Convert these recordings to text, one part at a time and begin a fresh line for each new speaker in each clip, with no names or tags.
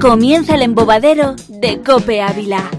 Comienza el embobadero de Cope Ávila.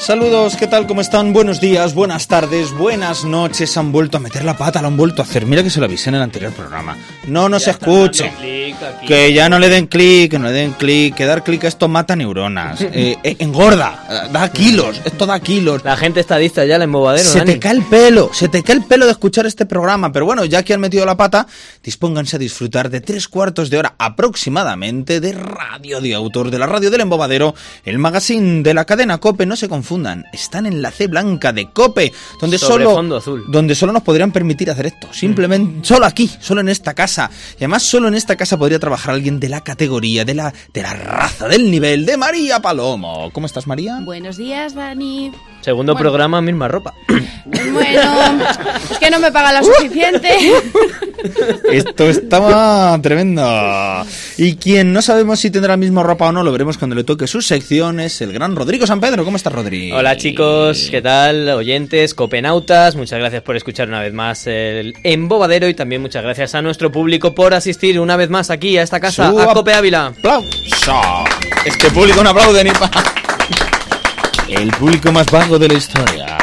Saludos, ¿qué tal? ¿Cómo están? Buenos días, buenas tardes, buenas noches. Han vuelto a meter la pata, la han vuelto a hacer. Mira que se lo avisé en el anterior programa. No nos
Ya están
escuchen.
dando clic aquí.
Que ya no le den clic, que no le den clic. Que dar clic a esto mata neuronas. Eh, eh, engorda, eh, da kilos, esto da kilos.
La gente estadista ya, el embobadero,
Se
Dani.
te cae el pelo, se te cae el pelo de escuchar este programa, pero bueno, ya que han metido la pata, dispónganse a disfrutar de tres cuartos de hora aproximadamente de radio de autor, de la radio del embobadero, el magazine de la cadena Cope, no se confundan, están en la C blanca de Cope, donde
Sobre
solo...
fondo azul. Mm.
Donde solo nos podrían permitir hacer esto, simplemente, solo aquí, solo en esta casa. Y además solo en esta casa podría trabajar alguien de la categoría, de la, de la raza, del nivel, de María Palomo. ¿Cómo estás, María?
Buenos días, Dani.
Segundo
Bueno.
programa, misma ropa.
Bueno, es que no me paga lo suficiente.
Esto estaba tremendo. Y quien no sabemos si tendrá la misma ropa o no, lo veremos cuando le toque sus secciones. El gran Rodrigo San Pedro. ¿Cómo estás, Rodrigo?
Hola chicos, ¿qué tal? Oyentes, copenautas, muchas gracias por escuchar una vez más el embobadero y también muchas gracias a nuestro público por asistir una vez más aquí a esta casa,
Suba-
a Cope Ávila.
¡Aplauso! Este público no aplaude ni pa- El público más vago de la historia.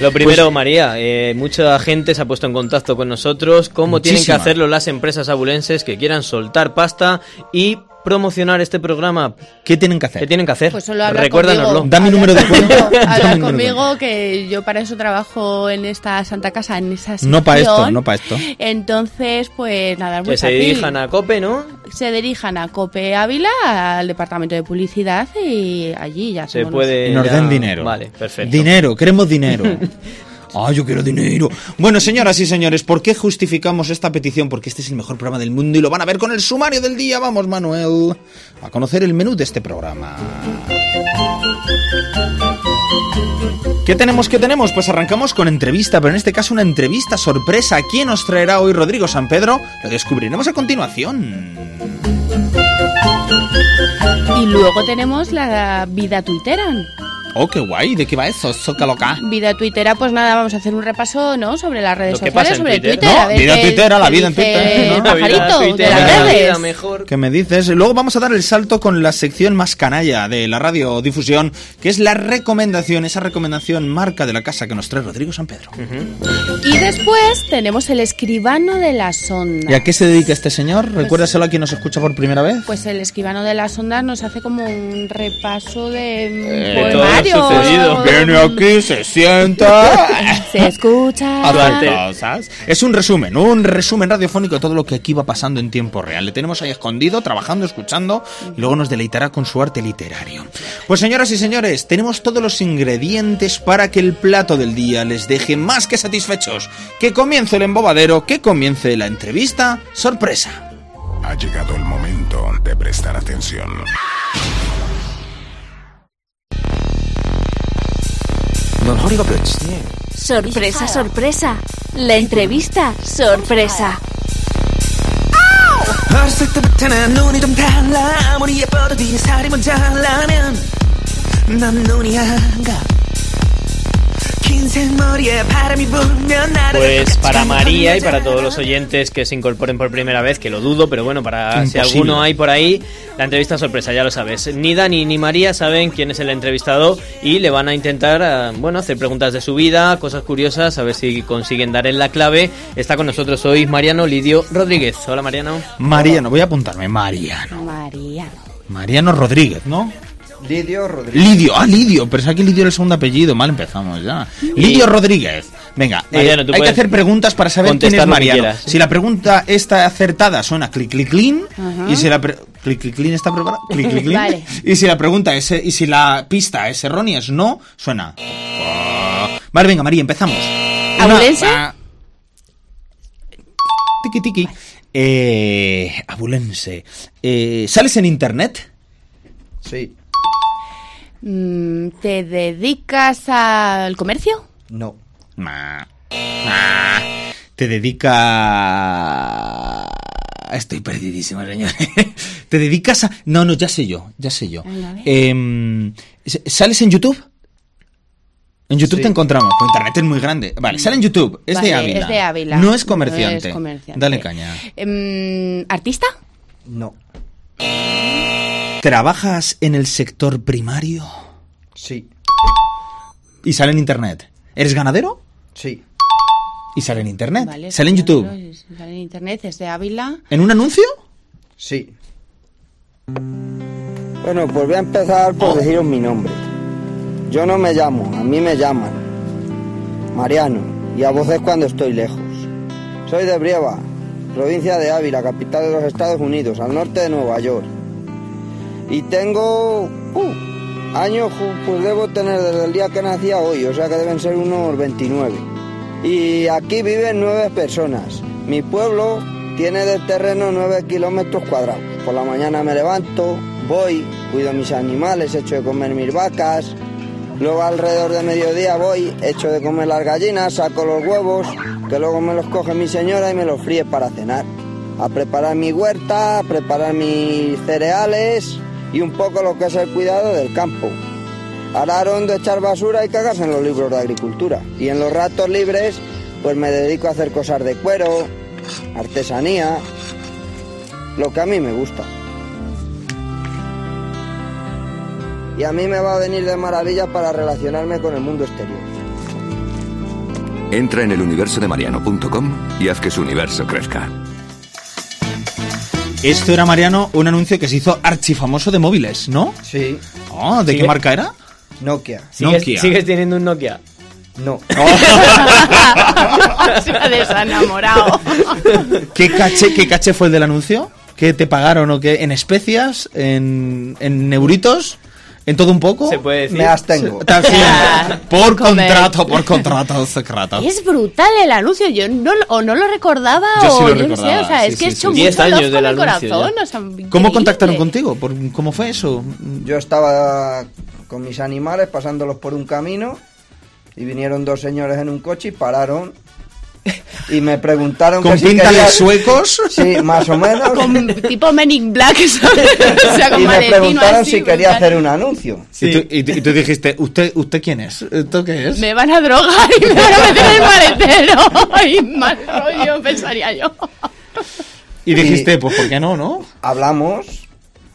Lo
Pues
primero, María, eh, mucha gente se ha puesto en contacto con nosotros. ¿Cómo tienen que
Muchísima.
hacerlo las empresas abulenses que quieran soltar pasta y promocionar este programa?
¿Qué tienen que hacer?
¿Qué tienen que hacer?
Pues solo hablar
Recuérdanoslo.
conmigo.
Da mi
Hablar
número de
conmigo,
cuenta. Da mi
Hablar
número de
conmigo, que yo para eso trabajo en esta Santa Casa, en esa
No pa' esto,
sección.
no pa' esto.
Entonces, pues nada, es muy
Que se
fácil.
dirijan a Cope, ¿no?
Se dirijan a Cope Ávila, al departamento de publicidad y allí ya
Se
somos
puede.
Y nos
ya-
den dinero.
Vale, perfecto.
Dinero, queremos dinero. Ah, yo quiero dinero. Bueno, señoras y señores, ¿por qué justificamos esta petición? Porque este es el mejor programa del mundo y lo van a ver con el sumario del día. Vamos, Manuel, a conocer el menú de este programa. ¿Qué tenemos? ¿Qué tenemos? Pues arrancamos con entrevista, pero en este caso una entrevista sorpresa. ¿Quién nos traerá hoy Rodrigo San Pedro? Lo descubriremos a continuación.
los- Y luego tenemos la vida tuitera.
Oh, qué guay, ¿de qué va eso? Zócaloca.
Vida tuitera, pues nada, vamos a hacer un repaso, ¿no? Sobre las redes
Lo que
sociales,
pasa en
sobre
Twitter.
Twitter.
No,
a ver
vida
qué
tuitera, la vida en
dice
Twitter, ¿no?
el
La vida
pajarito de
tuitera,
las
la vida
redes.
mejor.
¿Qué me dices? Luego vamos a dar el salto con la sección más canalla de la radiodifusión, que es la recomendación, esa recomendación marca de la casa que nos trae Rodrigo San Pedro.
Y después tenemos el escribano de las ondas.
¿Y a qué se dedica este señor? Recuérdaselo a quien nos escucha por primera vez.
Pues el escribano de las ondas nos hace como un repaso de
Eh,
mm,
de todo lo
poemario.
sucedido.
Viene
um,
aquí, se sienta.
Se escucha.
Hablar cosas. Es un resumen, un resumen radiofónico de todo lo que aquí va pasando en tiempo real. Le tenemos ahí escondido, trabajando, escuchando, y luego nos deleitará con su arte literario. Pues señoras y señores, tenemos todos los ingredientes para que el plato del día les deje más que satisfechos. Que comience el embobadero, que comience la entrevista. Sorpresa.
Ha llegado el momento de prestar atención.
Sorpresa, sorpresa. La entrevista, sorpresa.
어렸을 때부터는 눈이 좀 달라 아무리 예뻐도 뒤에 살이 먼 잘라면 난 눈이 안가긴 생머리에 바람이 불면 나를
Pues para
깎아가는
María y para
여자.
todos los oyentes que se incorporen por primera vez, que lo dudo, pero bueno, para si
Imposible.
alguno hay por ahí, la entrevista sorpresa, ya lo sabes. Ni Dani ni María saben quién es el entrevistado y le van a intentar, eh, bueno, hacer preguntas de su vida, cosas curiosas, a ver si consiguen dar en la clave. Está con nosotros hoy Mariano Lidio Rodríguez. Hola Mariano.
Mariano, voy a apuntarme. Mariano.
María.
Mariano Rodríguez, ¿no? Lidio Rodríguez. Lidio, ah, Lidio, pensaba que Lidio era el segundo apellido, mal empezamos ya. Lidio Rodríguez. Venga, eh,
Mariano, tú
hay que
puedes
hacer preguntas para saber quién es
contestar lo que
Mariano.
quieras.
Si la pregunta está acertada, suena clic clic clin y si la pre- clic clic clin está preparada, clic clic clin.
Vale.
Y si la pregunta es eh, y si la pista es errónea, es no, suena. Vale, venga, María, empezamos. Una-
¿Abulense?
va- Tiki tiki. Eh, abulense. Eh, ¿Sales en internet?
Sí,
Mm, ¿Te dedicas al comercio?
no,
Ma. Ma. Te dedica. Estoy perdidísimo, señores. Te dedicas a. No, no, ya sé yo, ya sé yo.
Venga, a ver.
Em, ¿s- ¿Sales en YouTube? En YouTube
Sí.
te encontramos. Pues internet es muy grande. Vale, sale en YouTube. Es de
Vale,
Ávila.
Es de Ávila.
No es comerciante.
No es comerciante.
Dale caña.
Em, ¿Artista?
No.
¿Trabajas en el sector primario?
Sí.
Y sale en internet. ¿Eres ganadero?
Sí.
Y sale en internet.
Vale,
sale en
claro,
YouTube.
Sale en internet, es de Ávila.
¿En un anuncio?
Sí.
Bueno, pues voy a empezar por deciros mi nombre. Yo no me llamo, a mí me llaman. Mariano, y a voces cuando estoy lejos. Soy de Brieva, provincia de Ávila, capital de los Estados Unidos, al norte de Nueva York. Y tengo... uh, años, ju- pues debo tener desde el día que nací a hoy, o sea que deben ser unos 29. Y aquí viven nueve personas. Mi pueblo tiene de terreno nueve kilómetros cuadrados. Por la mañana me levanto, voy, cuido a mis animales, echo de comer mis vacas. Luego alrededor de mediodía voy, echo de comer las gallinas, saco los huevos, que luego me los coge mi señora y me los fríe para cenar. A preparar mi huerta, a preparar mis cereales y un poco lo que es el cuidado del campo. Arar hondo, echar basura y cagarse en los libros de agricultura. Y en los ratos libres, pues me dedico a hacer cosas de cuero, artesanía, lo que a mí me gusta. Y a mí me va a venir de maravilla para relacionarme con el mundo exterior.
Entra en el universo de Mariano.com y haz que su universo crezca.
Esto era, Mariano, un anuncio que se hizo archifamoso de móviles, ¿no?
Sí.
Ah, ¿De
Sí.
qué marca era?
Nokia.
¿Sigues,
Nokia.
sigues teniendo un Nokia?
No.
Se ha desenamorado.
¿Qué caché, ¿Qué caché fue el del anuncio? ¿Qué te pagaron o qué? ¿En especias? ¿En, en euritos? ¿En todo un poco?
Se puede decir.
Me abstengo.
Te abstienen.
Ah,
por
comer.
contrato, por contrato secreto.
Es brutal el anuncio. Yo no, lo- o no lo recordaba
Yo sí
o
lo
no
recordaba,
sé. O sea,
sí,
es
sí,
que he hecho
sí.
Diez
mucho
años
love
del
con el
anuncio ya.
corazón. o sea,
¿Cómo
increíble.
contactaron contigo? ¿Por- ¿Cómo fue eso?
Yo estaba con mis animales pasándolos por un camino y vinieron dos señores en un coche y pararon y me preguntaron
¿Con
que si
pinta de
quería-
suecos?
Sí, más o menos.
Con tipo Men in Black, ¿sabes? O sea, con
y me
maletino
preguntaron
así,
si quería
brutal.
hacer un anuncio.
Y, tú, y tú- y tú dijiste, ¿usted, ¿usted quién es? ¿Esto qué es?
Me van a drogar y me van a meter en el maletero. Ay, mal rollo, pensaría yo.
Y dijiste, pues ¿por qué no, no?
Hablamos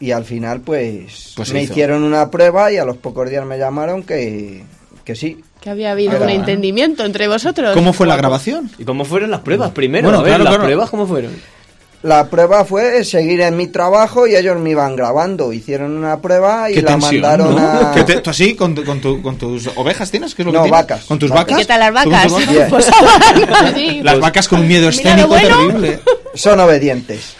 y al final pues,
Pues se
me
hizo.
hicieron una prueba y a los pocos días me llamaron que, que sí.
Que había habido
Ahora,
un
¿eh?
entendimiento entre vosotros.
¿Cómo fue la grabación?
¿Y cómo fueron las pruebas primero?
Mm. Bueno,
a ver,
claro,
¿las
claro.
pruebas cómo fueron?
La prueba fue seguir en mi trabajo y ellos me iban grabando. Hicieron una prueba y
Qué
la
tensión,
mandaron
¿no?
a...
¿Qué te- ¿Tú así con, tu- con tu- con tus ovejas tienes? ¿Qué es lo
No,
que tienes?
vacas.
¿Con tus
Vacas.
vacas?
¿Qué tal las
¿Tú con
vacas?
tus
Bien.
Pues ahora, sí.
Las vacas con un miedo
Mira lo
escénico
bueno.
terrible.
Son obedientes.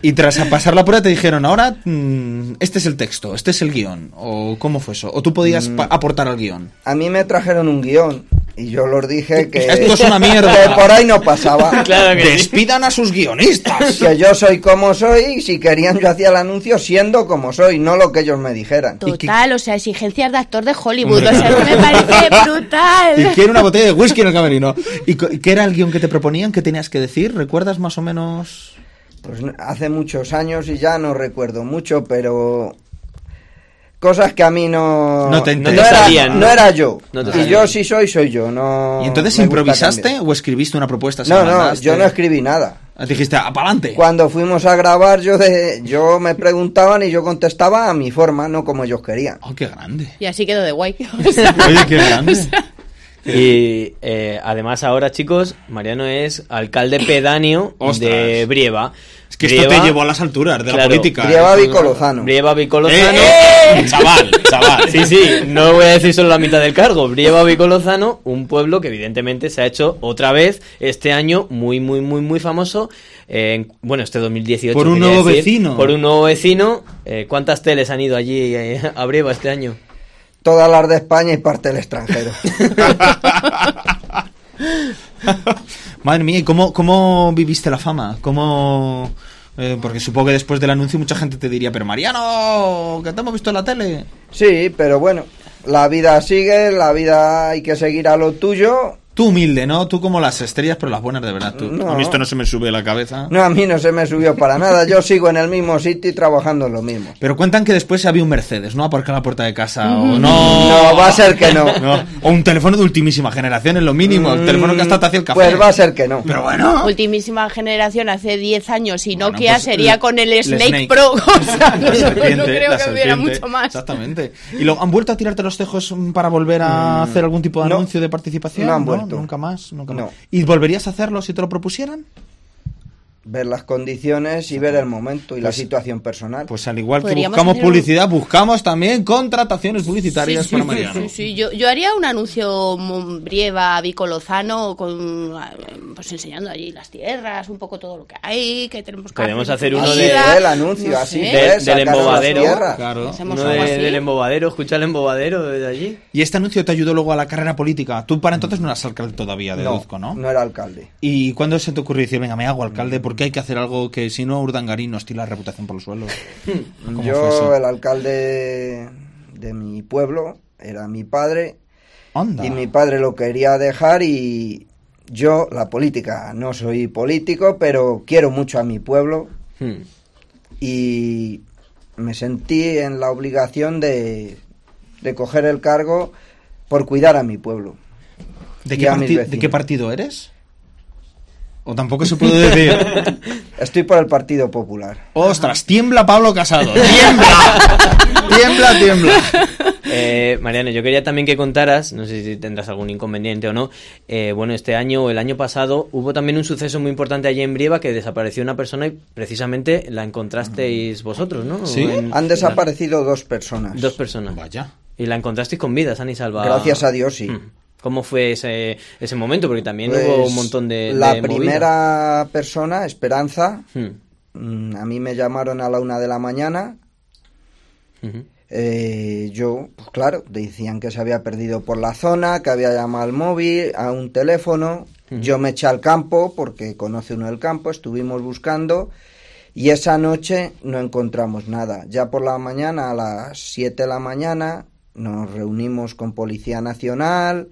Y tras pasar la prueba te dijeron, ahora mm, este es el texto, este es el guión. ¿O cómo fue eso? ¿O tú
Mm.
podías pa- aportar al guión?
A mí me trajeron un guión y yo los dije que...
Esto es una mierda.
Que por ahí no pasaba.
Claro que sí.
Despidan a sus guionistas.
Que yo soy como soy y si querían yo hacía el anuncio siendo como soy, no lo que ellos me dijeran.
Total, o sea, exigencias de actor de Hollywood.
Hombre,
O sea,
claro.
que me parece
Y
brutal.
quiero una botella de whisky en el camerino. ¿Y co- qué era el guión que te proponían? ¿Qué tenías que decir? ¿Recuerdas más o menos?
Pues n- hace muchos años y ya no recuerdo mucho, pero cosas que a mí no
No te- no te
era,
salían,
no
¿no?
era yo.
No te
y
salían.
yo si soy soy yo, no.
¿Y entonces
me gusta
improvisaste
cambiar.
o escribiste una propuesta? se
No,
la
no,
mandaste?
yo no escribí nada.
Ah, Dijiste, apalante.
Cuando fuimos a grabar yo de, yo me preguntaban y yo contestaba a mi forma, no como ellos querían.
Oh, qué grande.
Y así quedó de guay. O sea,
Oye, qué grande.
Y eh, además ahora, chicos, Mariano es alcalde pedáneo
Ostras.
de Brieva.
Es que esto te llevó a las alturas de la
Claro.
política.
Brieva Vicolozano.
Brieva Vicolozano.
¡Eh! Chaval, chaval.
Sí, sí, no voy a decir solo la mitad del cargo. Brieva Vicolozano, un pueblo que evidentemente se ha hecho otra vez este año muy, muy, muy, muy famoso. eh, en- bueno, este 2018.
Por un
quería
nuevo
decir.
vecino.
Por un nuevo vecino. Eh, ¿Cuántas teles han ido allí eh, a Brieva este año?
Todas las de España y parte del extranjero.
Madre mía, ¿y cómo, cómo viviste la fama? ¿Cómo...? eh, porque supongo que después del anuncio mucha gente te diría, pero Mariano, que te hemos visto en la tele.
Sí, pero bueno, la vida sigue, la vida hay que seguir a lo tuyo
Tú humilde, ¿no? Tú como las estrellas, pero las buenas de verdad. Tú.
No.
A mí esto no se me sube a la cabeza.
No, a mí no se me subió para nada. Yo sigo en el mismo sitio y trabajando en lo mismo.
Pero cuentan que después había un Mercedes, ¿no? Aparcado en la puerta de casa. O no.
No, va a ser que no.
No. O un teléfono de ultimísima generación, es lo mínimo. El teléfono que hasta te hacía el café.
Pues va a ser que no.
Pero bueno.
Pues Ultimísima generación, hace 10 años, y
Bueno,
Nokia
pues,
sería
el-
con el
el
Snake,
Snake.
Pro. O sea, no,
La serpiente,
no creo
la
que hubiera
serpiente.
mucho más.
Exactamente. ¿Y lo, han vuelto a tirarte los tejos mm, para volver a hacer algún tipo de
No.
anuncio de participación?
No han vuelto.
Nunca más, nunca
No.
más. ¿Y volverías a hacerlo si te lo propusieran?
Ver las condiciones y ver el momento y la situación personal.
Pues al igual que
Podríamos
buscamos
hacer un-
publicidad, buscamos también contrataciones
Sí,
publicitarias
sí,
para
sí,
Mariano.
sí, sí. Yo, yo haría un anuncio Brieva, Vicolozano, con, ah, pues enseñando allí las tierras, un poco todo lo que hay, que tenemos que
Podemos hacer
en
uno
así
de-
vida.
fue el anuncio,
No
así
sé.
fue,
De- del
sacaron las
embobadero.
tierras.
Claro.
Hacemos
Uno
algo
de-
así.
del embobadero, escucha el embobadero desde allí.
Y este anuncio te ayudó luego a la carrera política. Tú para entonces no eras alcalde todavía de
No,
Luzco, ¿no?
no era alcalde.
¿Y cuándo se te ocurrió decir, venga, me hago alcalde porque hay que hacer algo que si no Urdangarín nos tira la reputación por los suelos? ¿Cómo fue eso?
Yo, el alcalde de mi pueblo, era mi padre,
Anda.
y mi padre lo quería dejar y yo, la política, no soy político, pero quiero mucho a mi pueblo
Hmm.
y me sentí en la obligación de, de coger el cargo por cuidar a mi pueblo.
¿De
y
qué,
a mis
parti- de
vecinos.
qué partido eres? O tampoco se puede decir.
Estoy por el Partido Popular.
Ostras, tiembla Pablo Casado. Tiembla. tiembla, tiembla.
Eh, Mariano, yo quería también que contaras, no sé si tendrás algún inconveniente o no, eh, bueno, este año o el año pasado hubo también un suceso muy importante allí en Brieva que desapareció una persona y precisamente la encontrasteis vosotros, ¿no?
¿Sí?
En-
Han desaparecido dos personas.
Dos personas.
Vaya.
Y la encontrasteis con vida, sana y salva.
Gracias a Dios, sí.
Mm. ¿Cómo fue ese, ese momento? Porque también
Pues,
hubo un montón de...
La
de movida.
primera persona, Esperanza,
Mm,
mm, a mí me llamaron a la una de la mañana.
ujú.
eh, yo, pues claro, decían que se había perdido por la zona, que había llamado al móvil, a un teléfono. Yo me eché al campo, porque conoce uno el campo, estuvimos buscando. Y esa noche no encontramos nada. Ya por la mañana, a las 7 de la mañana, nos reunimos con Policía Nacional,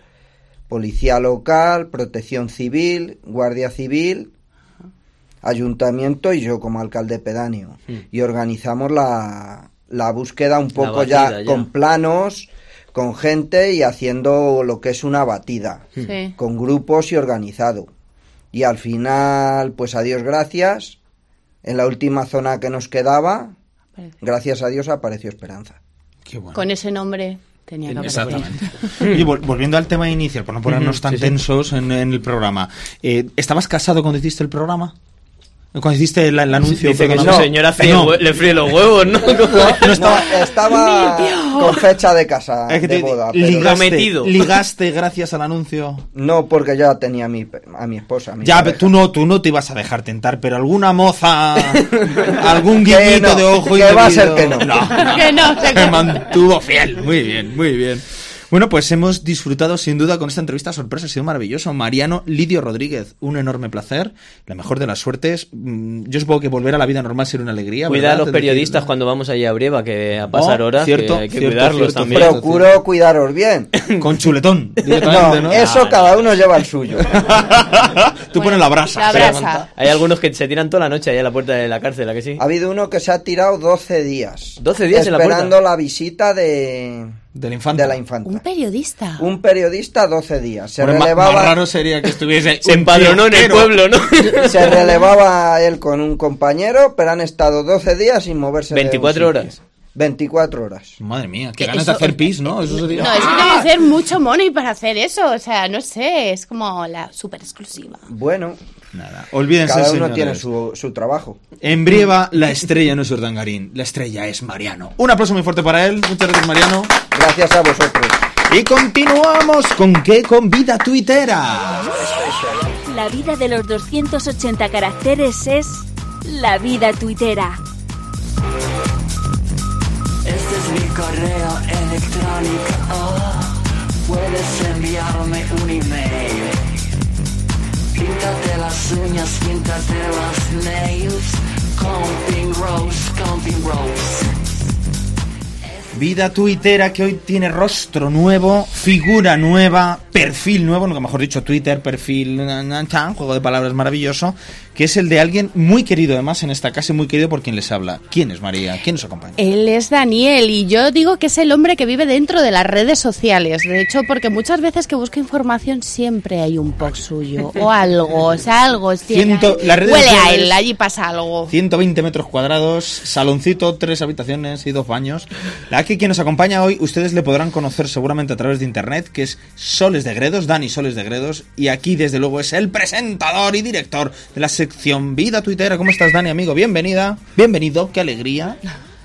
Policía Local, Protección Civil, Guardia Civil, Ayuntamiento y yo como alcalde pedáneo.
Hmm.
Y organizamos la, la búsqueda un poco
batida,
ya,
ya.
con planos, con gente y haciendo lo que es una batida,
Sí.
con grupos y organizado. Y al final, pues a Dios gracias, en la última zona que nos quedaba, gracias a Dios apareció Esperanza.
Qué bueno.
Con ese nombre tenía que haber
Exactamente. Y vol- volviendo al tema inicial, por no ponernos
Ujú,
tan
sí, sí.
tensos en, en el programa. eh, ¿Estabas casado cuando hiciste el programa? Cuando hiciste la- el anuncio.
Dice que su
perdona.
señora
Eh,
fríe
no.
hue- le fríe los huevos, ¿no?
No, estaba con fecha de casa,
Es que
de
te-
boda. pero-
ligaste,
Prometido.
ligaste gracias al anuncio.
No, porque ya tenía a mi, pe- a mi esposa. a mi
Ya, pero
pareja.
tú no, tú no te ibas a dejar tentar, pero alguna moza, algún
Que
guiñito
no,
de ojo y
que
de
va a ser
oído.
que no.
Que no, se-
Se mantuvo fiel. Muy bien, muy bien. Bueno, pues hemos disfrutado sin duda con esta entrevista sorpresa, ha sido maravilloso. Mariano Lidio Rodríguez, un enorme placer, la mejor de las suertes. Mm, Yo supongo que volver a la vida normal será una alegría.
Cuida a
¿verdad?
los
Es decir,
periodistas cuando vamos allí a Brieva, que a pasar
Oh,
horas
cierto,
que hay que
cierto,
cuidarlos
cierto,
también.
cierto.
Procuro cuidaros bien.
Con chuletón.
No,
directamente, ¿no? Ah,
eso cada uno lleva el suyo.
Tú pones la brasa.
La
se
brasa.
levanta.
Hay algunos que se tiran toda la noche allá a la puerta de la cárcel, ¿a que sí?
Ha habido uno que se ha tirado 12 días.
12 días en la
Esperando
puerta.
la visita de,
Del infante.
de la infanta.
Un periodista.
Un periodista 12 días. Se
Hombre, ma-
relevaba,
más raro sería que estuviese.
Se
un
empadronó en el
viajero.
pueblo, ¿no?
se relevaba él con un compañero, pero han estado 12 días sin moverse. de un
24
sitio.
horas.
24 horas.
Madre mía, qué
Que
ganas de
eso-
hacer pis, ¿no? Eh, Eso sería.
No, eso
¡Ah!
debe ser mucho money para hacer eso. O sea, no sé, es como la super exclusiva.
Bueno,
Nada, olvídense.
cada uno
señores.
tiene su, su trabajo.
En Brieva, la estrella no es Urdangarín, la estrella es Mariano. Un aplauso muy fuerte para él. Muchas gracias, Mariano.
Gracias a vosotros.
Y continuamos con qué con vida tuitera.
La vida de los 280 caracteres es la vida tuitera.
Este es mi correo electrónico. puedes enviarme un email. Píntate las uñas, píntate las nails. Counting rose, counting rose.
Vida tuitera que hoy tiene rostro nuevo, figura nueva, perfil nuevo, nunca mejor dicho Twitter, perfil, na, na, ta, juego de palabras maravilloso, que es el de alguien muy querido además en esta casa y muy querido por quien les habla. ¿Quién es María? ¿Quién nos acompaña?
Él es Daniel y yo digo que es el hombre que vive dentro de las redes sociales. De hecho, porque muchas veces que busca información siempre hay un post suyo o algo, o sea, algo. sí,
Ciento-
hay-
las redes
huele a
sociales-
él, allí pasa algo.
120 metros cuadrados, saloncito, tres habitaciones y dos baños. La que quien nos acompaña hoy, ustedes le podrán conocer seguramente a través de internet, que es Soles de Gredos, Dani Soles de Gredos, y aquí desde luego es el presentador y director de la sección Vida Twittera. ¿Cómo estás, Dani, amigo? Bienvenida, bienvenido, qué alegría.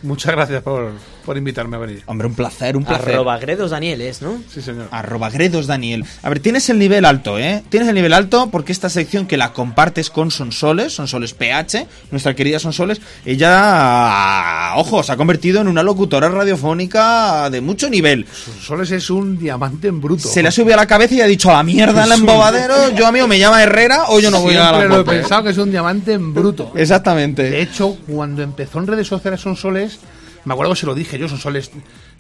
Muchas gracias por, por invitarme a venir.
Hombre, un placer, un placer.
Arroba Gredos Daniel es, ¿no?
Sí, señor.
Arroba Gredos Daniel. A ver, tienes el nivel alto, ¿eh? Tienes el nivel alto porque esta sección que la compartes con Sonsoles, Sonsoles PH, nuestra querida Sonsoles, ella, ojo, se ha convertido en una locutora radiofónica de mucho nivel.
Soles es un diamante en bruto.
Se le ha subido a la cabeza y ha dicho, a la mierda el embobadero, yo a mí o me llama Herrera o yo no voy a
Siempre
la ¿eh?
lo he
cope".
pensado que es un diamante en bruto. De
Exactamente.
hecho, cuando empezó en redes sociales Sonsoles, me acuerdo que se lo dije yo, Sonsoles,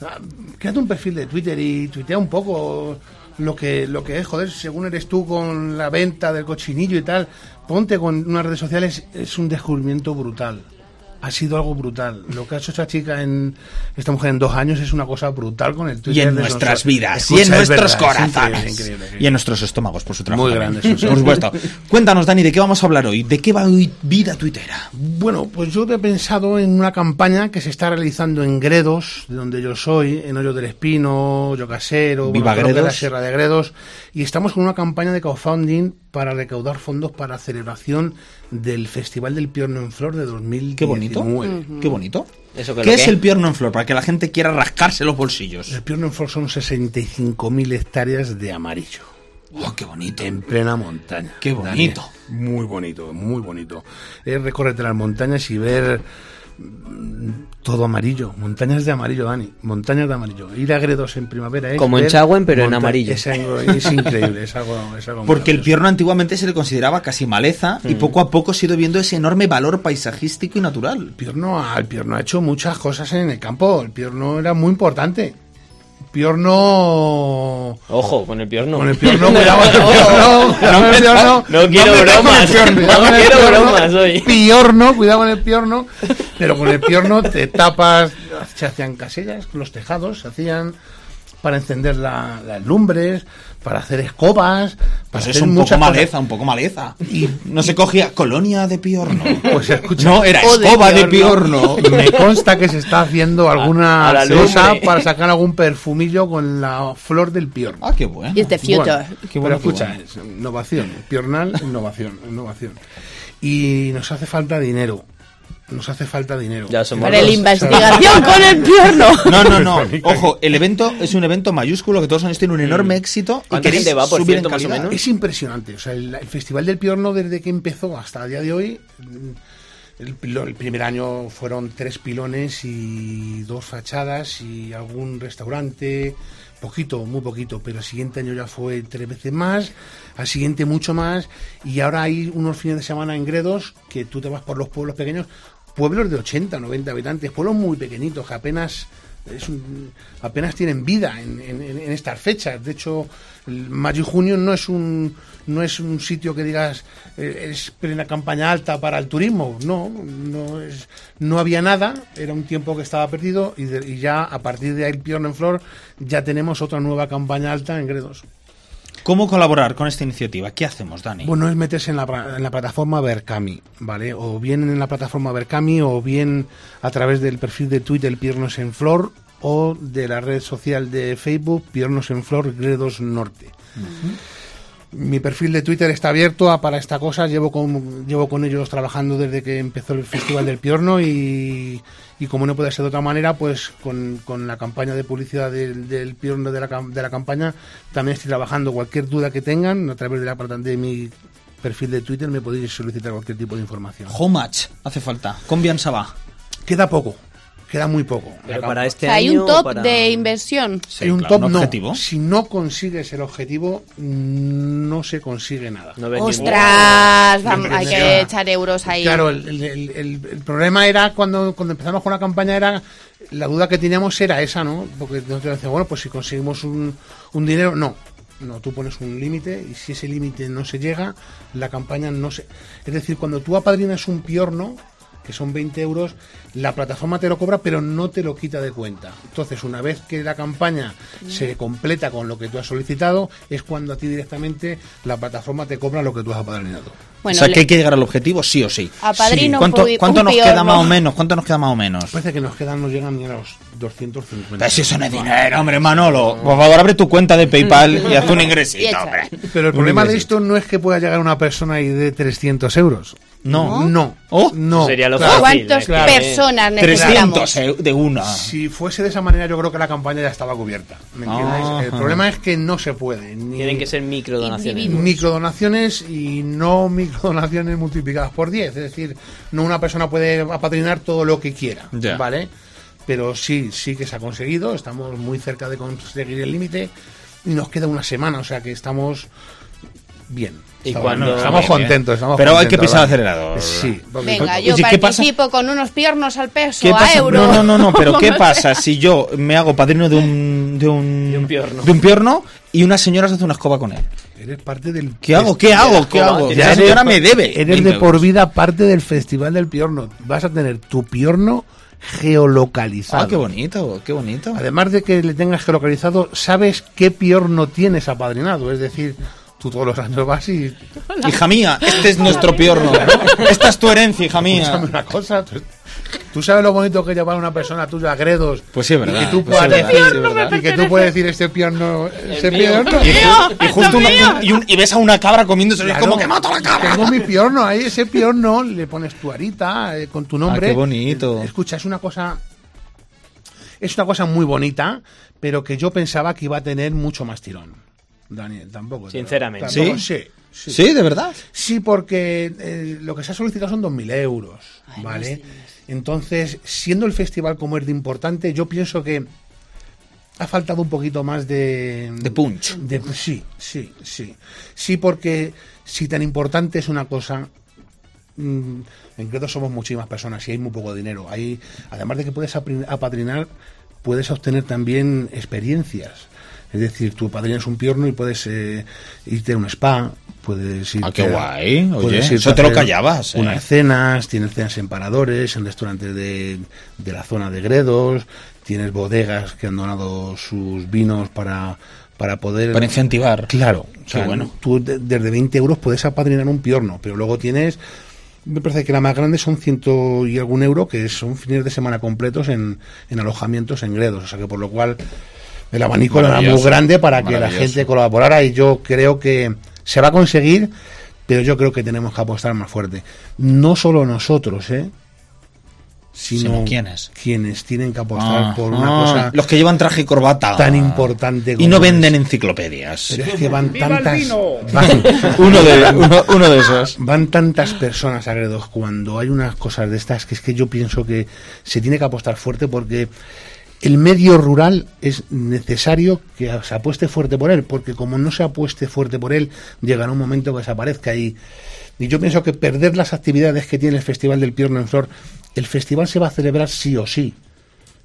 "Ah, créate un perfil de Twitter y tuitea un poco lo que, lo que es, joder, según eres tú con la venta del cochinillo y tal, ponte con unas redes sociales, es un descubrimiento brutal. Ha sido algo brutal. Lo que ha hecho esta chica en esta mujer en dos años es una cosa brutal con el
Y
Twitter.
en
de
nuestras
Sonsoles.
vidas, y
Escucha,
en
es
nuestros
verdad, es
corazones.
increíble, increíble, sí.
Y en nuestros estómagos, por su trabajo.
Muy
también.
grande, Sonsoles.
Por supuesto. Cuéntanos, Dani, ¿de qué vamos a hablar hoy? ¿De qué va hoy Vida Twittera?
Bueno, pues yo he pensado en una campaña que se está realizando en Gredos, de donde yo soy, en Hoyo del Espino, Yo Casero, bueno,
Viva
todo lo que es la
Gredos.
Sierra de Gredos, y estamos con una campaña de crowdfunding para recaudar fondos para celebración del Festival del Piorno en Flor de 2019.
Qué bonito. Mm. Qué bonito.
Eso que
¿Qué
lo
es
que-
el pierno en flor? Para que la gente quiera rascarse los bolsillos.
El Piorno en Flor son 65.000 hectáreas de amarillo.
Oh, qué bonito.
En plena montaña.
Qué bonito.
Dani. Muy bonito, muy bonito. Es recorrerte las montañas y ver mm, todo amarillo. Montañas de amarillo, Dani. Montañas de amarillo. Ir a Gredos en primavera es
Como en
ver
Chagüen, pero en
monta-
amarillo.
Es, algo- es increíble, es algo, es algo
Porque el
maravilloso.
pierno antiguamente se le consideraba casi maleza y poco a poco se ha ido viendo ese enorme valor paisajístico y natural.
Pierno ha, el Pierno ha hecho muchas cosas en el campo. El Pierno era muy importante. Pierno...
Ojo, con el piorno.
Con el Pierno, cuidado con el Pierno. cuidado con el Pierno.
No quiero
metas con
bromas,
el Pierno,
no
cuidado con el
quiero
Pierno.
bromas hoy.
Piorno, cuidado con el Piorno. Pero con el Piorno te tapas, se hacían casillas, los tejados se hacían para encender la- las lumbres, para hacer escobas, para
Pues
hacer
es un poco
muchas cosas.
maleza, un poco maleza. Y no se cogía colonia de piorno.
Pues escucha,
No, era
o de
escoba de piorno.
Me consta que se está haciendo alguna
a la
cosa
lumbre.
para sacar algún perfumillo con la flor del Piorno.
Ah, qué bueno.
It's the future.
Bueno,
Qué bueno, qué
pero escucha,
bueno.
es innovación, piornal, innovación, innovación. Y nos hace falta dinero. Nos hace falta dinero.
Ya somos
Para la
dos.
investigación con el pierno.
No, no, no. Ojo, el evento es un evento mayúsculo que todos han tiene un enorme éxito. y
¿Cuánta
queréis
gente va, por
subir en
cierto, más o
calidad.
menos?
Es impresionante. O sea, el, el Festival del Piorno, desde que empezó hasta el día de hoy, mm, el, pilo- el primer año fueron tres pilones y dos fachadas y algún restaurante. Poquito, muy poquito, pero el siguiente año ya fue tres veces más, al siguiente mucho más, y ahora hay unos fines de semana en Gredos que tú te vas por los pueblos pequeños, pueblos de 80, 90 habitantes, pueblos muy pequeñitos que apenas es un- apenas tienen vida en, en- en- en estas fechas. De hecho, el mayo y junio no es un no es un sitio que digas eh, es plena campaña alta para el turismo. No, no es no había nada. Era un tiempo que estaba perdido y, de- y ya a partir de ahí Pierno en Flor ya tenemos otra nueva campaña alta en Gredos.
¿Cómo colaborar con esta iniciativa? ¿Qué hacemos, Dani?
Bueno, es meterse en la, pra- en la plataforma Berkami, ¿vale? O bien en la plataforma Berkami o bien a través del perfil de Twitter Piernos en Flor o de la red social de Facebook Piernos en Flor Gredos Norte. Mi perfil de Twitter está abierto a- para esta cosa. Llevo con, llevo con ellos trabajando desde que empezó el Festival del Piorno y, y como no puede ser de otra manera, pues con, con la campaña de publicidad del, del Piorno de la, cam- de la campaña también estoy trabajando. Cualquier duda que tengan a través de, la, plata- de mi perfil de Twitter me podéis solicitar cualquier tipo de información.
How much hace falta? Convianza va.
Queda poco. queda muy poco.
Pero para este
O sea, hay
año
un top
para-
de inversión.
Sí,
hay un
claro,
top
un
no.
objetivo.
Si no consigues el objetivo, no se consigue nada.
No ves ningún-
¡Ostras! vam- hay
Inversión.
que echar euros ahí.
Claro, el, el- el- el- el problema era cuando, cuando empezamos con la campaña, era la duda que teníamos era esa, ¿no? Porque nosotros decíamos, bueno, pues si conseguimos un, un dinero, no. No, tú pones un límite y si ese límite no se llega, la campaña no se... Es decir, cuando tú apadrinas un piorno, que son 20 euros, la plataforma te lo cobra pero no te lo quita de cuenta. Entonces, una vez que la campaña
Mm.
se completa con lo que tú has solicitado, es cuando a ti directamente la plataforma te cobra lo que tú has apadrinado.
Bueno,
o sea,
le-
que hay que llegar al objetivo sí o sí.
A padrino,
¿Cuánto,
un pu-
cuánto
un
nos
pior,
queda
¿no?
más o menos? ¿Cuánto nos queda más o menos?
Parece que nos quedan, no llegan ni a los 250.
Pero si eso no es dinero, hombre, Manolo. Por favor, abre tu cuenta de PayPal y haz un ingresito,
Y echa.
hombre.
Pero el
Un
problema de
ingresito.
esto no es que pueda llegar una persona y de 300 euros.
No.
No.
Oh.
no.
Sería lo
Claro,
fácil.
¿Cuántas
eh, claro, eh.
personas necesitamos?
300 eu- de una.
Si fuese de esa manera, yo creo que la campaña ya estaba cubierta. ¿Me entiendes?
Ajá.
El problema es que no se puede. Ni
Tienen que ser microdonaciones.
Pues-
Individuos.
microdonaciones y no microdonaciones multiplicadas por 10. Es decir, no una persona puede apadrinar todo lo que quiera.
Ya.
¿Vale? Pero sí, sí que se ha conseguido. Estamos muy cerca de conseguir el límite. Y nos queda una semana, o sea que estamos bien.
Y
Estamos-
cuando-
estamos
Bien, bien.
contentos, estamos
Pero hay que
contentos,
pisar
¿vale?
acelerador.
Sí, porque-
Venga,
Oye,
yo
¿qué pasa?
participo con unos piernos al peso,
¿Qué
a
pasa?
euro.
No, no, no, no, pero ¿qué pasa si yo me hago padrino de un. de un.
De un piorno.
de un piorno y una señora se hace una escoba con él?
Eres parte del.
¿Qué hago? ¿Qué hago? ¿Qué
escoba,
hago?
tienes
La
la
señora me debe.
Eres
20
de por
euros.
vida parte del Festival del Piorno. Vas a tener tu piorno geolocalizado.
Ah, qué bonito, qué bonito.
Además de que le tengas geolocalizado, sabes qué piorno tienes apadrinado. Es decir, tú todos los años vas y.
Hija mía, este es nuestro piorno. ¿no? Esta es tu herencia, hija
Escúchame
mía.
una cosa. Tú, tú sabes lo bonito que es llevar a una persona tuya a Gredos.
Pues sí, es verdad.
Y que tú
pues sí,
puedas
es verdad,
decir-
sí, es verdad.
y que tú puedes decir este piorno. Ese
mío.
piorno.
Y, ju- y justo una- y, un- y ves a una cabra comiéndose, es
Claro.
como que mato a la cabra.
Tengo mi piorno ahí, ese piorno le pones tu arita eh, con tu nombre.
Ah, qué bonito.
Eh, Escucha, es una cosa. Es una cosa muy bonita, pero que yo pensaba que iba a tener mucho más tirón. Daniel, tampoco.
Sinceramente.
Tampoco-
¿Sí?
Sí. Sí,
Sí, de verdad.
Sí, porque eh, lo que se ha solicitado son 2.000 euros, ¿vale? Entonces, siendo el festival como es de importante, yo pienso que ha faltado un poquito más de...
De punch.
de- sí, sí, sí. Sí, porque si tan importante es una cosa... mm, En Credo somos muchísimas personas y hay muy poco dinero. Hay, además de que puedes apri- apadrinar, puedes obtener también experiencias. Es decir, tú apadrinas un piorno y puedes eh, irte a un spa, puedes irte
Ah, qué
a-
guay, oye,
puedes irte
eso
a
te lo
hacer
callabas, eh.
Unas cenas, tienes cenas en paradores, en restaurantes de, de la zona de Gredos, tienes bodegas que han donado sus vinos para, para poder...
Para incentivar.
Claro, o
Qué
sea,
bueno.
tú de- desde 20 euros puedes apadrinar un piorno, pero luego tienes, me parece que la más grande son ciento y algún euro, que son fines de semana completos en, en alojamientos en Gredos, o sea que por lo cual el abanico era muy
Maravilloso,
grande para que la
maravilloso.
gente colaborara y yo creo que se va a conseguir, pero yo creo que tenemos que apostar más fuerte. No solo nosotros, ¿eh? Sino,
Sino ¿quiénes?
Quienes tienen que apostar
Ah,
por una
ah,
cosa
Los que llevan traje y corbata.
tan importante
Y no
como es.
venden enciclopedias.
Pero es que van tantas. Van,
Uno de, uno, uno de esos.
van tantas personas a Gredos cuando hay unas cosas de estas que es que yo pienso que se tiene que apostar fuerte porque el medio rural es necesario que se apueste fuerte por él, porque como no se apueste fuerte por él, llegará un momento que desaparezca. Y, y yo pienso que perder las actividades que tiene el Festival del Pierno en Flor, el festival se va a celebrar sí o sí.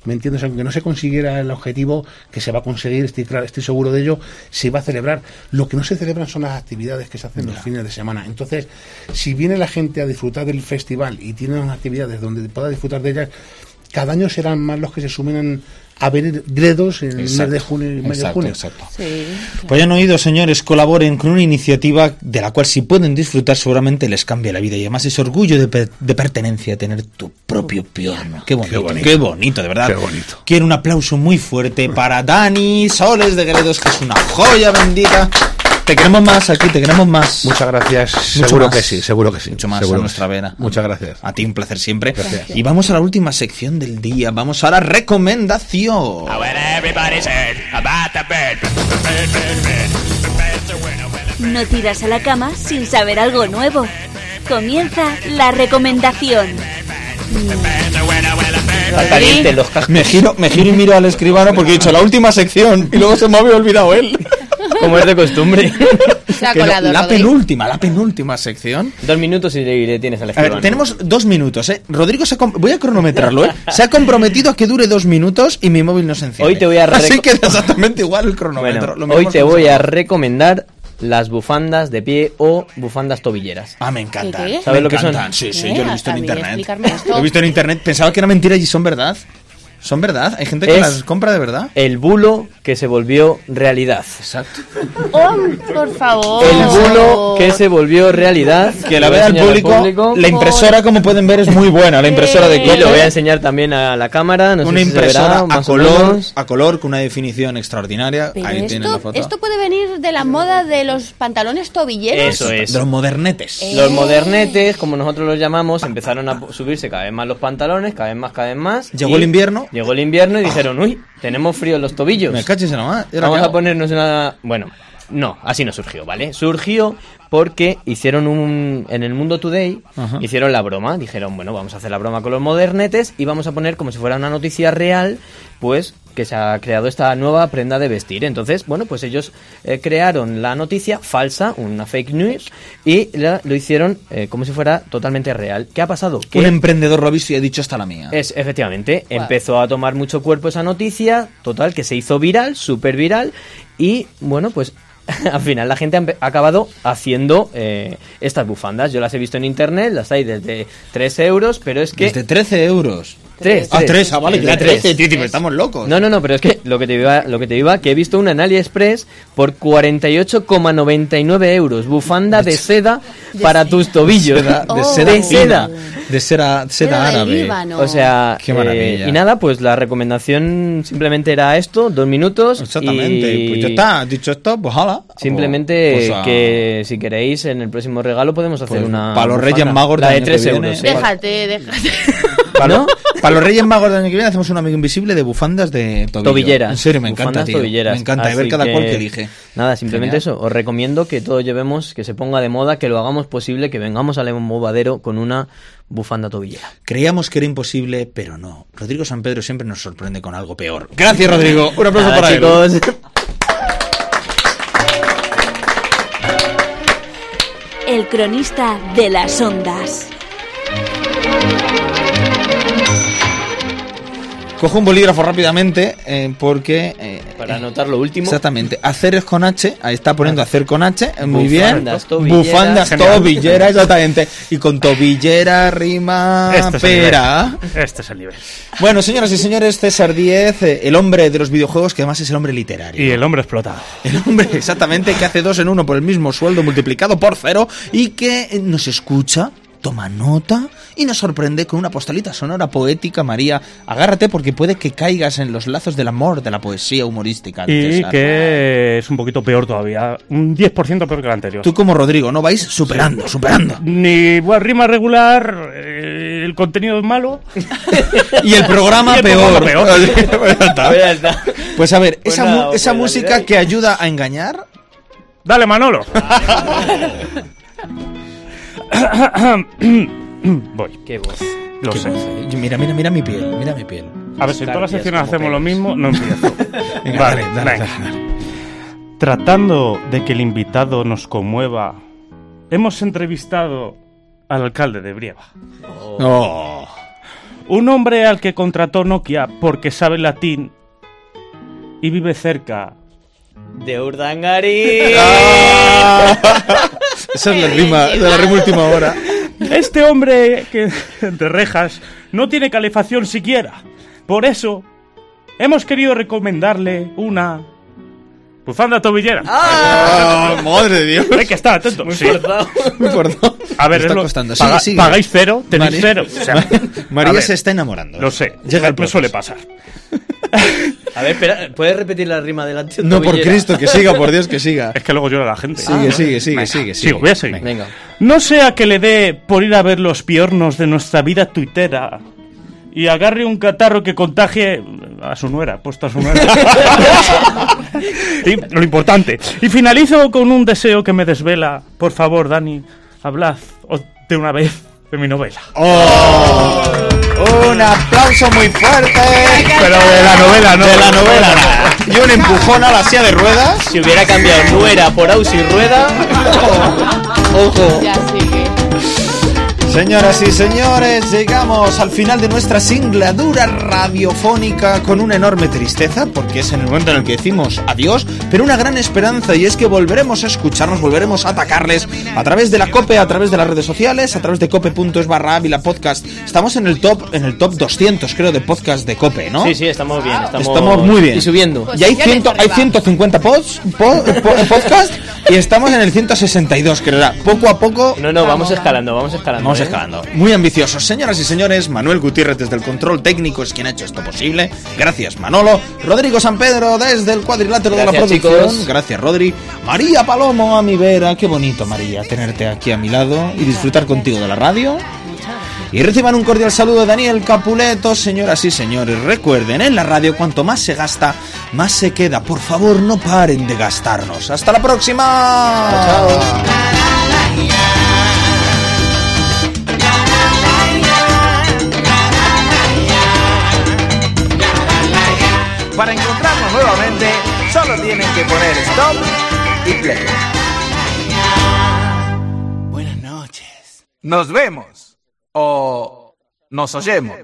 ¿Me entiendes? Aunque no se consiguiera el objetivo que se va a conseguir, estoy, claro, estoy seguro de ello, se va a celebrar. Lo que no se celebran son las actividades que se hacen los fines de semana. Entonces, si viene la gente a disfrutar del festival y tiene unas actividades donde pueda disfrutar de ellas, cada año serán más los que se sumen a ver gredos en el mes de junio y medio de
Exacto,
junio.
exacto.
Sí.
Pues ya han oído, señores, colaboren con una iniciativa de la cual si pueden disfrutar seguramente les cambia la vida y además es orgullo de, per- de pertenencia tener tu propio piano. Qué bonito, qué bonito, de verdad.
Qué bonito.
Quiero un aplauso muy fuerte para Dani Soles de Gredos, que es una joya bendita. Te queremos más aquí, te queremos más.
Muchas gracias.
Mucho
seguro
más.
que sí, seguro que sí.
Mucho más a
seguro que
nuestra
sí.
vena. Ah,
Muchas gracias.
A ti un placer siempre.
Gracias.
Y vamos a la última sección del día. Vamos a la recomendación.
No tiras a la cama sin saber algo nuevo. Comienza la recomendación.
Better when I will
Está caliente los cascos.
Me giro, me giro y miro al escribano porque he dicho la última sección y luego se me había olvidado él.
Como es de costumbre.
Se ha
Que no-
colado,
la
Rodri.
penúltima, la penúltima sección.
Dos minutos y le le tienes al
A ver,
escribano.
tenemos dos minutos, ¿eh? Rodrigo, se ha com- voy a cronometrarlo, ¿eh? Se ha comprometido a que dure dos minutos y mi móvil no se enciende.
Hoy te voy a reco-
Así que exactamente igual el
Bueno,
cronómetro. Lo
hoy
miramos
te
como
voy a
sea.
recomendar las bufandas de pie o bufandas tobilleras.
Ah, me encantan.
¿Qué, qué?
¿Sabes
Me
lo que son?
encantan, Sí, sí, yo lo he
Mira,
visto en
Javi,
internet.
explícame esto.
Lo he visto en internet. Pensaba que era mentira y son verdad. Son verdad. Hay gente que
Es-
las compra de verdad.
El bulo que se volvió realidad.
Exacto.
Oh, por favor.
El bulo que se volvió realidad.
Que
Lo
la
voy a
vea el
enseñar al Oh, Eh,
público, La impresora, como pueden ver, es muy buena. La impresora de
Y lo voy a
color.
enseñar también a la cámara. No sé
Una
si se verá,
impresora a
más o
color,
menos.
a color con una definición extraordinaria.
Pero
Ahí tienen la
esto,
foto.
esto puede venir de la moda de los pantalones tobilleros.
Eso es.
De los modernetes.
Eh.
Los modernetes, como nosotros los llamamos, empezaron a subirse cada vez más los pantalones, cada vez más, cada vez más.
Llegó
y
el invierno.
Llegó el invierno y dijeron, uy, tenemos frío en los tobillos.
Me cachis en la madre. ¿Y ahora
Vamos
qué
a
hago?
ponernos una... Bueno, no, así no surgió, ¿vale? Surgió porque hicieron un... En el Mundo Today
Ajá.
hicieron la broma. Dijeron, bueno, vamos a hacer la broma con los modernetes y vamos a poner como si fuera una noticia real, pues que se ha creado esta nueva prenda de vestir. Entonces, bueno, pues ellos eh, crearon la noticia falsa, una fake news, y la- lo hicieron eh, como si fuera totalmente real. ¿Qué ha pasado? Que-
Un emprendedor lo ha visto y ha dicho hasta la mía.
es, efectivamente, empezó a tomar mucho cuerpo esa noticia, total, que se hizo viral, súper viral, y bueno, pues al final la gente ha, empe- ha acabado haciendo eh, estas bufandas. Yo las he visto en internet, las hay desde 3 euros, pero es que...
Desde 13 euros.
Tres,
Ah,
tres.
3, ah, vale.
Desde
yo era
tres.
13, tío, tío, estamos locos.
No, no, no, pero es que lo que te iba, lo que te iba, que he visto una en AliExpress por 48,99 euros, bufanda de seda para tus tobillos.
De
Oh.
seda fina,
De seda.
De seda, seda
Seda de
árabe.
Líbano.
O sea,
Qué
eh,
maravilla.
y nada, pues la recomendación simplemente era esto, dos minutos.
Exactamente.
y
Pues ya está, dicho esto, pues hala.
Simplemente
Pues a-
que si queréis en el próximo regalo podemos hacer
Pues,
una
para los
bufanda.
Reyes Magos
la de
del año
3
que viene.
euros. ¿eh?
Déjate, déjate.
Para,
¿No?
para los Reyes Magos del año que viene hacemos un amigo invisible de bufandas de tobillo.
Tobilleras.
En serio, me encanta,
bufandas
tío.
tobilleras.
Me encanta y
Así
ver cada cual
que,
que elige.
Nada, simplemente
Genial.
eso. Os recomiendo que todo llevemos, que se ponga de moda, que lo hagamos posible, que vengamos al movadero con una bufanda tobillera.
Creíamos que era imposible, pero no. Rodrigo San Pedro siempre nos sorprende con algo peor. Gracias, Rodrigo. Un aplauso
Nada,
para él.
chicos.
El cronista de las ondas.
Cojo un bolígrafo rápidamente eh, porque... eh,
Para
eh,
anotar lo último.
Exactamente. Hacer es con H. Ahí está poniendo hacer con H. eh, Muy
Bufandas,
bien.
tobilleras.
Bufandas,
Genial.
tobilleras, exactamente. Y con tobillera rima
Este es el
pera.
nivel. Este es el nivel.
Bueno, señoras y señores, César Díez, eh, el hombre de los videojuegos, que además es el hombre literario.
Y el hombre explota.
El hombre exactamente que hace dos en uno por el mismo sueldo multiplicado por cero y que eh, nos escucha, toma nota y nos sorprende con una postalita sonora poética, María. Agárrate porque puede que caigas en los lazos del amor de la poesía humorística.
Y
César.
que es un poquito peor todavía. Un 10% peor que el anterior.
Tú como Rodrigo, ¿no? Vais superando, superando.
Ni buena rima regular, eh, el contenido es malo.
Y el programa
Y el
peor.
programa
Pues ya está.
Pues ya está.
Pues a ver,
Pues
esa,
nada,
mu- esa
pues dale,
música
dale.
que ayuda a engañar.
Dale, Manolo. Voy.
Qué voz.
Lo sé.
Mira, mira, mira mi piel, mira mi piel.
A ver, si en todas
Tardias
las secciones
como
hacemos lo
pelos.
mismo, no empiezo.
Venga,
vale,
dale, dale,
venga.
dale, dale.
Tratando de que el invitado nos conmueva, hemos entrevistado al alcalde de Brieva.
Oh.
Un hombre al que contrató Nokia porque sabe latín y vive cerca.
De Urdangari.
Esa es la rima, de la rima última hora.
Este hombre que de rejas no tiene calefacción siquiera. Por eso hemos querido recomendarle una bufanda tobillera.
Ah, madre de Dios.
Hay que estar atento. Sí.
Perdón.
A ver,
Me
es
está
lo-
costando.
paga-
Sigue, sigue.
pagáis cero, tenéis
María-
cero. O sea, a
María
ver,
se está enamorando.
Lo sé,
Llega el
me
proceso.
suele pasar.
A ver, espera, ¿puedes repetir la rima del anterior?
No, por Cristo, que siga, por Dios, que siga.
Es que luego llora la gente.
Sigue, sigue, sigue,
Venga,
sigue, sigue.
sigo, voy a seguir.
Venga.
No sea que le dé por ir a ver los piornos de nuestra vida tuitera y agarre un catarro que contagie a su nuera, puesto a su nuera. Y lo importante. Y finalizo con un deseo que me desvela. Por favor, Dani, hablad o- de una vez de mi novela.
Oh. Un aplauso muy fuerte.
Pero de la novela, ¿no?
De la novela, no. Y un empujón a la silla de ruedas.
Si hubiera cambiado nuera por aus y rueda.
Ojo.
Ya
Señoras y señores, llegamos al final de nuestra singladura radiofónica con una enorme tristeza, porque es en el momento en el que decimos adiós, pero una gran esperanza y es que volveremos a escucharnos, volveremos a atacarles a través de la COPE, a través de las redes sociales, a través de cope.es barra Ávila Podcast. Estamos en el top en el top 200, creo, de podcast de COPE, ¿no? Ah.
Sí, sí, estamos bien. Estamos,
Estamos muy bien.
Y subiendo.
Y hay, ciento, hay 150 pods, po- po- podcast y estamos en el 162, que era poco a poco.
No, no, vamos escalando, vamos escalando.
Vamos
¿eh?
escalando. Muy ambiciosos, señoras y señores. Manuel Gutiérrez desde el control técnico es quien ha hecho esto posible. Gracias, Manolo. Rodrigo San Pedro desde el cuadrilátero de la
Gracias,
producción.
chicos.
Gracias, Rodri. María Palomo a mi vera. Qué bonito, María, tenerte aquí a mi lado y disfrutar contigo de la radio. Y reciban un cordial saludo de Daniel Capuleto, señoras y señores. Recuerden, en la radio cuanto más se gasta, más se queda. Por favor, no paren de gastarnos. Hasta la próxima.
Para encontrarnos nuevamente, solo tienen que poner stop y play. Buenas noches. Nos vemos. O nos oyemos.